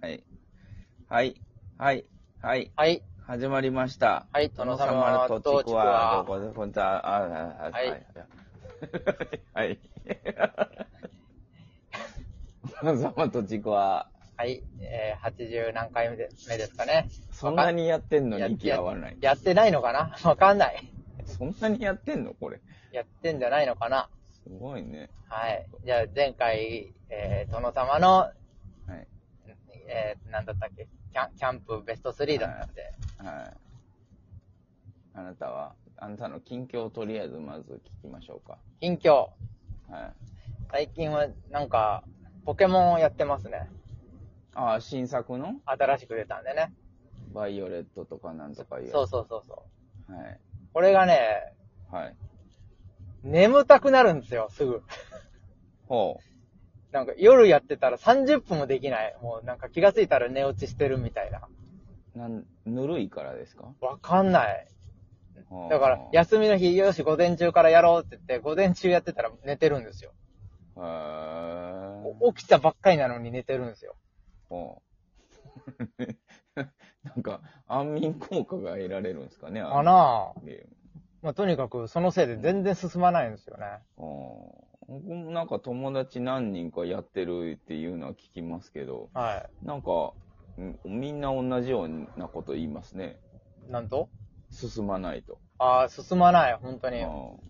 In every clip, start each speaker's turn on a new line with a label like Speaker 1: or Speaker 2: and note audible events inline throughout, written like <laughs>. Speaker 1: はい。はい。はい。はい。
Speaker 2: はい。
Speaker 1: 始まりました。
Speaker 2: はい
Speaker 1: 殿
Speaker 2: 殿
Speaker 1: 様
Speaker 2: 様
Speaker 1: と
Speaker 2: と
Speaker 1: ち
Speaker 2: ち
Speaker 1: く
Speaker 2: く
Speaker 1: わ
Speaker 2: わ。
Speaker 1: どここんちはあああ
Speaker 2: はい
Speaker 1: はい。はい。殿様とちくわ。
Speaker 2: はい。えー、80何回目で目ですかね。
Speaker 1: そんなにやってんの
Speaker 2: や
Speaker 1: に息合わない。
Speaker 2: やってないのかな <laughs> わかんない。
Speaker 1: そんなにやってんのこれ。
Speaker 2: やってんじゃないのかな
Speaker 1: すごいね。
Speaker 2: はい。じゃあ、前回、えー、殿様の、
Speaker 1: はい。
Speaker 2: えー、なんだったっけキャン、キャンプベスト3だったんで。
Speaker 1: はい。あなたは、あなたの近況をとりあえずまず聞きましょうか。
Speaker 2: 近況。
Speaker 1: はい。
Speaker 2: 最近は、なんか、ポケモンをやってますね。
Speaker 1: ああ、新作の
Speaker 2: 新しく出たんでね。
Speaker 1: バイオレットとかなんとかいうやつ。
Speaker 2: そうそうそうそ
Speaker 1: はい。
Speaker 2: う。これがね、
Speaker 1: はい。
Speaker 2: 眠たくなるんですよ、すぐ。
Speaker 1: ほう。
Speaker 2: なんか夜やってたら30分もできない。もうなんか気がついたら寝落ちしてるみたいな。
Speaker 1: なん、ぬるいからですか
Speaker 2: わかんない。
Speaker 1: ほう
Speaker 2: だから、休みの日、よし、午前中からやろうって言って、午前中やってたら寝てるんですよ。
Speaker 1: へー
Speaker 2: お起きたばっかりなのに寝てるんですよ。
Speaker 1: ほう。 <laughs> なんか、安眠効果が得られるんですかね
Speaker 2: か
Speaker 1: あの
Speaker 2: なぁ。
Speaker 1: ゲーム。
Speaker 2: まあ、とにかく、そのせいで全然進まないんですよね。
Speaker 1: ほう僕もなんか友達何人かやってるっていうのは聞きますけど、
Speaker 2: は
Speaker 1: なんか、うんみんな同じようなこと言いますね。
Speaker 2: い。なんと
Speaker 1: 進まないと。
Speaker 2: ああ、進まない、本当に。
Speaker 1: あ
Speaker 2: 好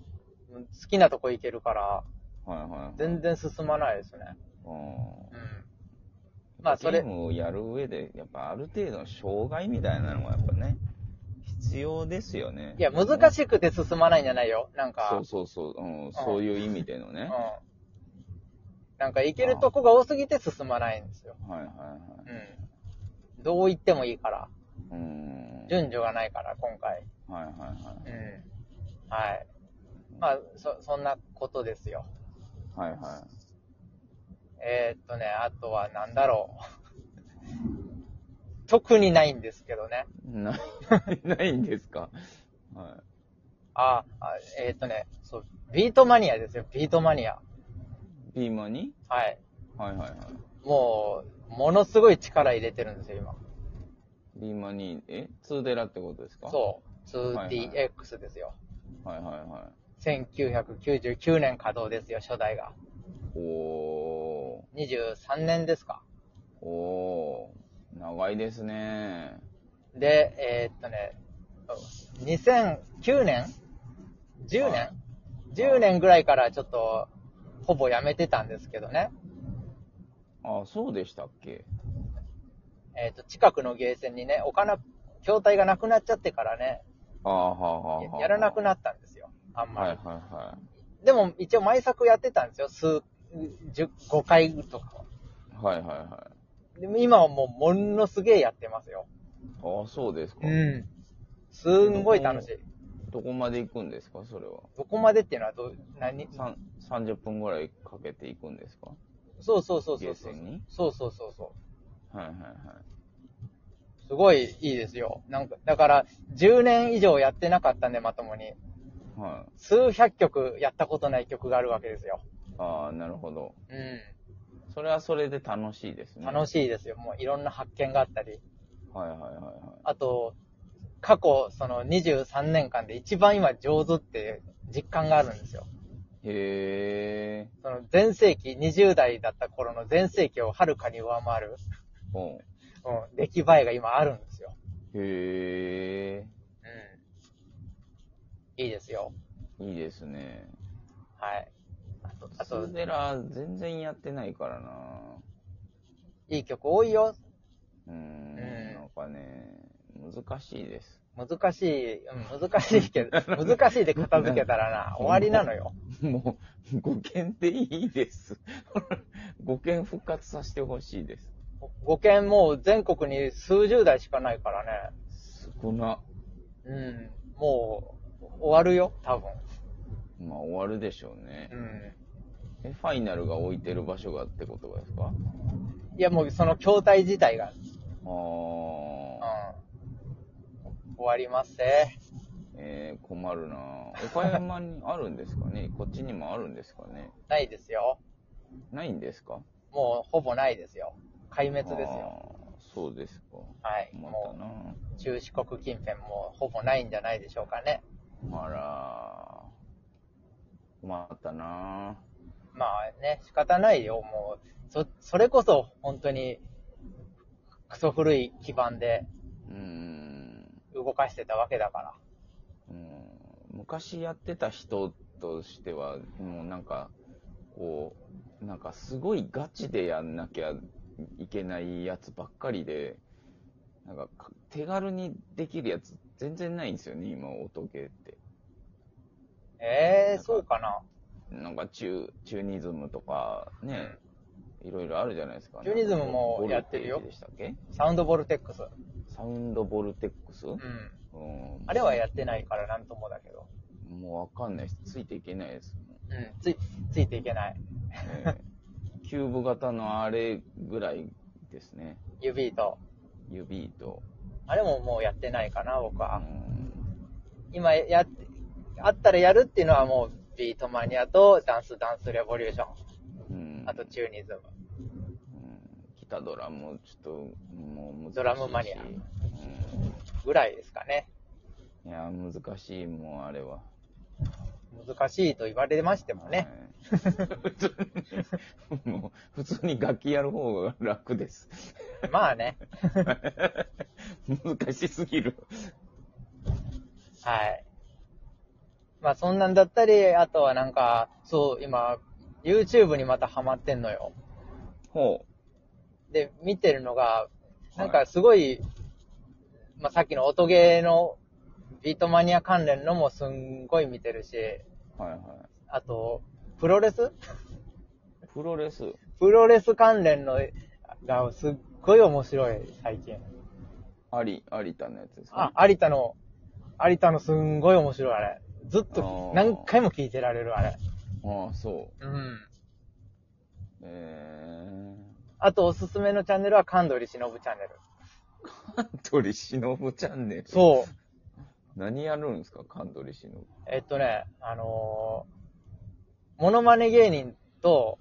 Speaker 1: あ
Speaker 2: きなとこ行けるから、
Speaker 1: はいはい。
Speaker 2: 全然進まないですね。
Speaker 1: うん
Speaker 2: うん。まあそれ
Speaker 1: ゲームをやる上で、やっぱある程度の障害みたいなのはやっぱね、必要ですよね。
Speaker 2: いや、難
Speaker 1: い。
Speaker 2: しくて進まないんじゃないよ。なんか。
Speaker 1: そうそうそう、うん、そういう意味でのね。
Speaker 2: うん。なんか行けるとこが多すぎて進まないんですよ。
Speaker 1: はいはいうはい。
Speaker 2: ん。どう行ってもいいから。
Speaker 1: うん。はい
Speaker 2: 順序がないから、今回。
Speaker 1: はいはい。
Speaker 2: うん。はい。まあ、そ、そんなことですよ。
Speaker 1: はいは
Speaker 2: えー、っとね、あとは何だろう。 <laughs> 特にないんですけどね。
Speaker 1: い。ない、ないんですかは
Speaker 2: あ、あえー、っとね、そう、ビートマニアですよ、ビートマニア。
Speaker 1: い。ピーマに
Speaker 2: はい。
Speaker 1: はいはいはい。
Speaker 2: もう、ものすごい力入れてるんですよ、今。
Speaker 1: ビーマに、えツーデラってことですか
Speaker 2: そう。
Speaker 1: はい
Speaker 2: 2DX ですよ。
Speaker 1: う。はいはいは
Speaker 2: 1999年稼働ですよ、初代が。
Speaker 1: い。お
Speaker 2: 23年ですか。
Speaker 1: ー。おー。長いですね。
Speaker 2: で、えーっとね、2009年 ?10
Speaker 1: は
Speaker 2: 年
Speaker 1: い
Speaker 2: ?10 年ぐらいからちょっと、ほぼやめてたんですけどね。
Speaker 1: あ、そうでしたっけ
Speaker 2: えーっと、近くのゲーセンにね、お金、筐体がなくなっちゃってからね、
Speaker 1: あーはあはあはあ。
Speaker 2: やらなくな
Speaker 1: っ
Speaker 2: ったんですよ。あんま
Speaker 1: はい
Speaker 2: り。
Speaker 1: はいはい。
Speaker 2: でも、一応毎作やってたんですよ。数、10 5回とか。
Speaker 1: はいはいは
Speaker 2: でも今はもう、ものすげえやってますよ。
Speaker 1: い。ああ、そうですか。
Speaker 2: うん。すんごい楽しい。
Speaker 1: どこまで行くんですか、それは。
Speaker 2: どこまでっていうのはどう、何
Speaker 1: さん30分ぐらいかけて行くんですか
Speaker 2: そうそうそう
Speaker 1: ゲ
Speaker 2: そ
Speaker 1: ー
Speaker 2: うそ
Speaker 1: セ
Speaker 2: う
Speaker 1: ン。に
Speaker 2: そうそうそうそ
Speaker 1: はいはいは
Speaker 2: う。すごいいいですよ。なんか、だから、10年以上やってなかったんで、まともに。
Speaker 1: い。はい。
Speaker 2: 数百曲やったことない曲があるわけですよ。
Speaker 1: ああ、なるほど。
Speaker 2: う
Speaker 1: それはそれで楽しいです
Speaker 2: ん。
Speaker 1: ね。
Speaker 2: 楽
Speaker 1: し
Speaker 2: しいですよ。もういろんな発見があったり。
Speaker 1: い。はいはいはいはい。
Speaker 2: あと、過去、その23年間で一番今上手って実感があるんですよ。
Speaker 1: へえ。
Speaker 2: その前世紀、20代だった頃の前世紀をはるかに上回る、
Speaker 1: うん。
Speaker 2: うん、出来栄えが今あるんですよ。
Speaker 1: へ
Speaker 2: うん。いいですよ。
Speaker 1: え。いいですね。
Speaker 2: はい。あと、あ
Speaker 1: ス
Speaker 2: と
Speaker 1: ー、デラ全然やってないからな。
Speaker 2: いい曲多いよ。
Speaker 1: うーん。
Speaker 2: うん
Speaker 1: なんかね、難しいです。
Speaker 2: 難しい、うん、難しいけ <laughs> ど、難しいで片付けたらな、終わりなのよ。
Speaker 1: <laughs> もう、5件でいいです。5件復活させてほしいです。
Speaker 2: 5件もう全国に数十台しかないから
Speaker 1: 少な。
Speaker 2: ね。うん。もう、終わるよ、多分。
Speaker 1: まあ、終わるでしょうね
Speaker 2: う。ん。
Speaker 1: え、ファイナルが置いてる場所がってことですか
Speaker 2: いや、もうその筐体自体が、うん。
Speaker 1: ああ、
Speaker 2: 終わりますね。
Speaker 1: えー、困るな岡山にあるんですかね <laughs> こっちにもあるんですかね
Speaker 2: ないですよ。
Speaker 1: ないんですか
Speaker 2: もうほぼないですよ。壊滅ですよ。
Speaker 1: あそうですか。
Speaker 2: はい。
Speaker 1: ま
Speaker 2: も
Speaker 1: た
Speaker 2: う、中四国近辺もほぼないんじゃないでしょうかね。
Speaker 1: な。あらー。困ったな
Speaker 2: まあね、仕方ないよ。もう、そ、それこそ本当に、クソ古い基盤で
Speaker 1: ー。うーん。
Speaker 2: 動かしてたわけだから。
Speaker 1: うん昔やってた人としては、もうなんか、こう、なんかすごいガチでやんなきゃいけないやつばっかりで、なんかか手軽にできるやつ全然ないんですよね、今、音ゲーって。なん
Speaker 2: ええ
Speaker 1: か
Speaker 2: そうかな。
Speaker 1: なんかチュ、チュニズムとか、ね、いろいろあるじゃないですか。
Speaker 2: チュニズムもやってるよ
Speaker 1: ボルテージでしたっけ
Speaker 2: サウンドボルテックス。
Speaker 1: サウンドボルテックス、う
Speaker 2: うん。
Speaker 1: ん
Speaker 2: あれはやってないからなんともだけど。
Speaker 1: もうわかんないし、ついていけないですもん。
Speaker 2: うん。つい、ついていけない。
Speaker 1: えー <laughs> キューブ型のあれぐらいですね。
Speaker 2: 指と。
Speaker 1: 指と。
Speaker 2: あれももうやってないかな、僕
Speaker 1: あ
Speaker 2: は。
Speaker 1: の
Speaker 2: 今やって、あったらやるっていうのはもう、ビートマニアとダンスダンスレボリューショ
Speaker 1: ーうん
Speaker 2: ン。あとチューニズム。
Speaker 1: うん北ドラもちょっと、もう難しいし。
Speaker 2: ドラムマニア
Speaker 1: うん
Speaker 2: ぐらいですかね。
Speaker 1: いや、難しい、もうあれは。
Speaker 2: 難しいと言われましてもね。
Speaker 1: はい。普通に、 <laughs> もう、普通に楽器やる方が楽です。 <laughs>
Speaker 2: まあね。
Speaker 1: 難しすぎる。
Speaker 2: はい。まあそんなんだったり、あとはなんか、そう、今、YouTube にまたハマってんのよ。
Speaker 1: ほ
Speaker 2: で、見てるのが、なん
Speaker 1: は
Speaker 2: か
Speaker 1: い
Speaker 2: すごい、まあさっきの音ゲーのビートマニア関連のもすんごい見てるし、
Speaker 1: う。はいは
Speaker 2: あと、プロレス
Speaker 1: い。プロレス。
Speaker 2: プロレス関連のがすっごい面白い、最近。
Speaker 1: あり、有田のやつですか
Speaker 2: あ、有田の、有田のすんごい面白い、あれ。ずっと
Speaker 1: あー
Speaker 2: 何回も聞いてられる、あれ。
Speaker 1: ああ、そう。
Speaker 2: うん。
Speaker 1: え
Speaker 2: あとおすすめのチャンネルは神取忍チャンネル。
Speaker 1: ー、カントリーしのぶチャンネル。
Speaker 2: そう。
Speaker 1: 何やるんですか、カントリーしのぶ。
Speaker 2: えっとね、あのー、モノマネ芸人と、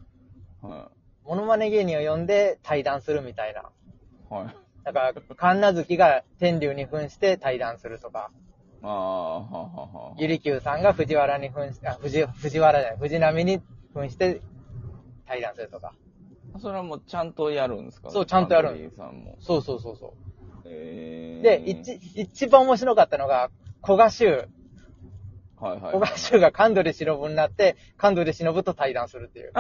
Speaker 1: は
Speaker 2: モノマネ芸人を呼んで対談するみたいな。
Speaker 1: い。はい。
Speaker 2: だから、神奈月が天竜に扮して対談するとか、
Speaker 1: ああ、ははは
Speaker 2: ゆりきゅうさんが藤原に扮して、あ、藤、藤原じゃない、藤波に扮して対談するとか。
Speaker 1: それはもうちゃんとやるんですか
Speaker 2: そうちゃんとやる
Speaker 1: カントリーさんも。
Speaker 2: そうそうそうそ
Speaker 1: えー、
Speaker 2: う。で、一、一番面白かったのが、古賀修。
Speaker 1: はいはいはい、
Speaker 2: 古賀修が神取忍になって、神取忍と対談するっていう。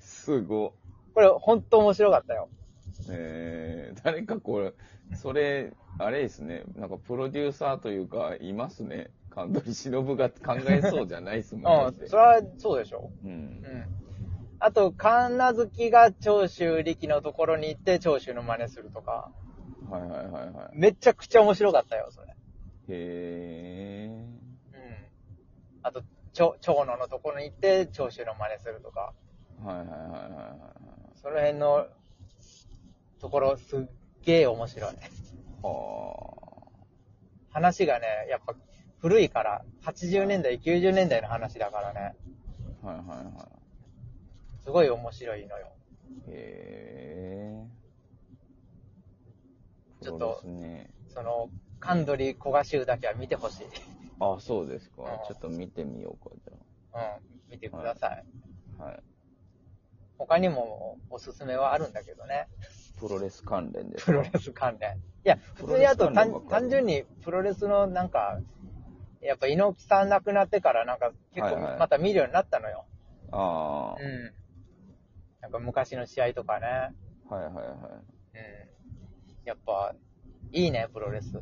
Speaker 1: すご。
Speaker 2: これ、ほんと面白かったよ。
Speaker 1: えー、誰かこれ、それ、あれですね、なんかプロデューサーというか、いますね。カントリーしのぶが考えそうじゃないです
Speaker 2: <laughs> う
Speaker 1: もんだって
Speaker 2: ん、それはそうでしょ。
Speaker 1: う。
Speaker 2: うんん。あと、神奈月が長州力のところに行って長州の真似するとか、
Speaker 1: はいはいはいはい。
Speaker 2: めちゃくちゃ面白かったよ、それ。
Speaker 1: へ
Speaker 2: うん。あと、長長野のところに行って長州の真似するとか、
Speaker 1: ー。はいはいはいはいはい。
Speaker 2: その辺のところすっげえ面白い。
Speaker 1: は
Speaker 2: 話がね、やっぱ古いから、80年代、90年代の話だからね、
Speaker 1: あ。はいはいは
Speaker 2: すごい面白いのよ。
Speaker 1: い。へえ。
Speaker 2: ちょっと
Speaker 1: そうですね。
Speaker 2: その、カンドリ古賀集だけは見てほしい。
Speaker 1: あ、そうですか
Speaker 2: あ。ー
Speaker 1: ちょっと見てみようか、じ
Speaker 2: うん、見てください。
Speaker 1: ゃあ。はい。
Speaker 2: 他にもおすすめはあるんだけどね。
Speaker 1: プロレス関連です
Speaker 2: プ
Speaker 1: か。
Speaker 2: ロレス関連。いや、普通にあと
Speaker 1: プロレス関連
Speaker 2: 単
Speaker 1: ばっかり
Speaker 2: 単純にプロレスのなんか、やっぱ猪木さん亡くなってからなんか結
Speaker 1: はいは
Speaker 2: 構
Speaker 1: い
Speaker 2: また見るようになったのよ。
Speaker 1: あ
Speaker 2: うん。なんか昔の試合とかね。
Speaker 1: あ。はいはいは
Speaker 2: うん。やっぱ、いいね、プロレス。
Speaker 1: い。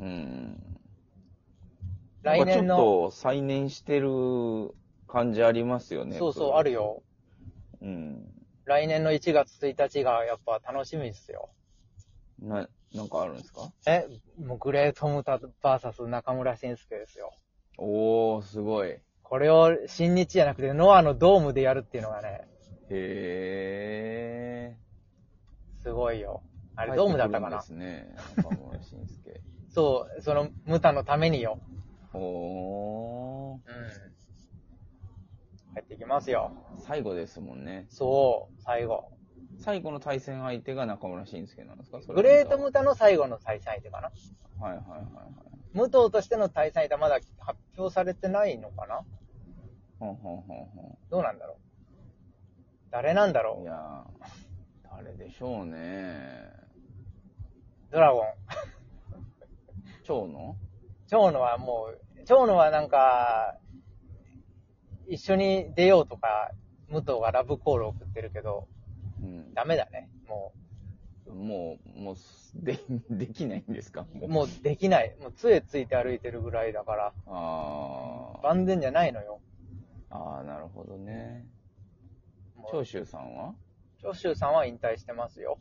Speaker 1: うん。
Speaker 2: 来年
Speaker 1: なんかち
Speaker 2: の、
Speaker 1: ょっと再燃してる感じありますよね。
Speaker 2: そうそう、ある
Speaker 1: よ。
Speaker 2: よ。
Speaker 1: うん。
Speaker 2: 来年の1月1日がやっぱ楽しみですよ。
Speaker 1: な、なんかあるんですか
Speaker 2: え、もうグレートムタバーサス中村慎介ですよ。
Speaker 1: おー、すごい。へ
Speaker 2: これを新日じゃなくてノアのドームでやるっていうのがね、
Speaker 1: え。
Speaker 2: すごいよ。あれドームだったかな
Speaker 1: 入てくるんですね。中村慎
Speaker 2: <laughs>
Speaker 1: 介。
Speaker 2: そう、そのムタのためによ。
Speaker 1: おー。
Speaker 2: うん。帰ってきますよ。
Speaker 1: 最後ですもんね。
Speaker 2: そう、最後。
Speaker 1: 最後の対戦相手が中村慎介なんですかそれは
Speaker 2: グレートムタの最後の対戦相手かな。
Speaker 1: はいはいはいはい。
Speaker 2: 武藤としての対戦相手はまだ発表されてないのかな
Speaker 1: ほんほんほんほ
Speaker 2: どうなんだろう誰なんだ
Speaker 1: ん。い
Speaker 2: ろ
Speaker 1: やー、誰でしょうね。
Speaker 2: うドラゴン。
Speaker 1: 蝶野
Speaker 2: 蝶野はもう、蝶野はなんか、一緒に出ようとか、武藤がラブコール送ってるけど、
Speaker 1: うん。
Speaker 2: ダメだね。も
Speaker 1: もう、もうす、で、できないんですかも
Speaker 2: う、
Speaker 1: う。
Speaker 2: もうできない。もう杖ついて歩いてるぐらいだから、
Speaker 1: あー。
Speaker 2: 万全じゃないのよ。
Speaker 1: あー、なるほどね。
Speaker 2: も
Speaker 1: 長
Speaker 2: う
Speaker 1: 州さんは
Speaker 2: 長州さんは引退してますよ。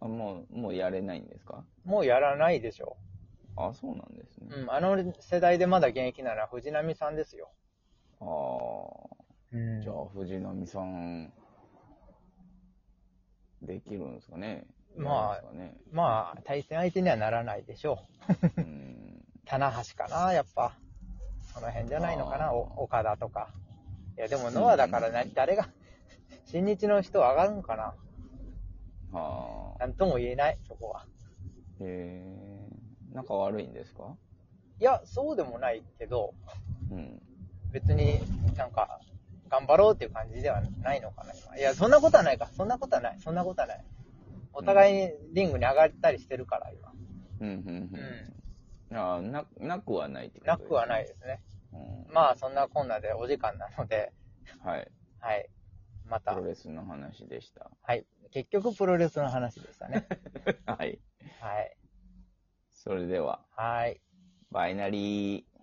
Speaker 1: あもう、もうやれないんですか
Speaker 2: もうやらないでしょ
Speaker 1: あそうなんです
Speaker 2: う。
Speaker 1: ね。
Speaker 2: うん、あの世代でまだ現役なら藤波さんですよ。
Speaker 1: ああ、じゃあ、藤波さん、できるんですかね
Speaker 2: まあ
Speaker 1: やります
Speaker 2: まあ、対戦相手にはならないでしょう。
Speaker 1: かね、うん。
Speaker 2: 棚橋かな、やっぱ。この辺じゃないのか
Speaker 1: あ
Speaker 2: な、
Speaker 1: ー
Speaker 2: お岡田とか。いや、でもノアだからな、
Speaker 1: うん
Speaker 2: 誰が、新日の人上がるんかな。
Speaker 1: はあ。
Speaker 2: なんとも言えない、そこは。
Speaker 1: えー、仲悪いんですか
Speaker 2: いや、そうでもないけど、
Speaker 1: うん。
Speaker 2: 別になんか、頑張ろうっていう感じではないのかな、今。いや、そんなことはないか。そんなことはない。そんなことはない。お互いにリングに上がったりしてるから、今。
Speaker 1: うん、うん、
Speaker 2: うん。
Speaker 1: うん。ああ、な、なくはないってこと
Speaker 2: な
Speaker 1: ですね
Speaker 2: くはない。ですね。
Speaker 1: うん、
Speaker 2: まあ、そんなこんなでお時間なので、
Speaker 1: はい。
Speaker 2: はい。ま
Speaker 1: プ
Speaker 2: た
Speaker 1: ロ、レスの話でした。
Speaker 2: はい。結局、プロレスの話でしたね。
Speaker 1: はい。
Speaker 2: はい。
Speaker 1: それでは、
Speaker 2: はい。
Speaker 1: バイナリー。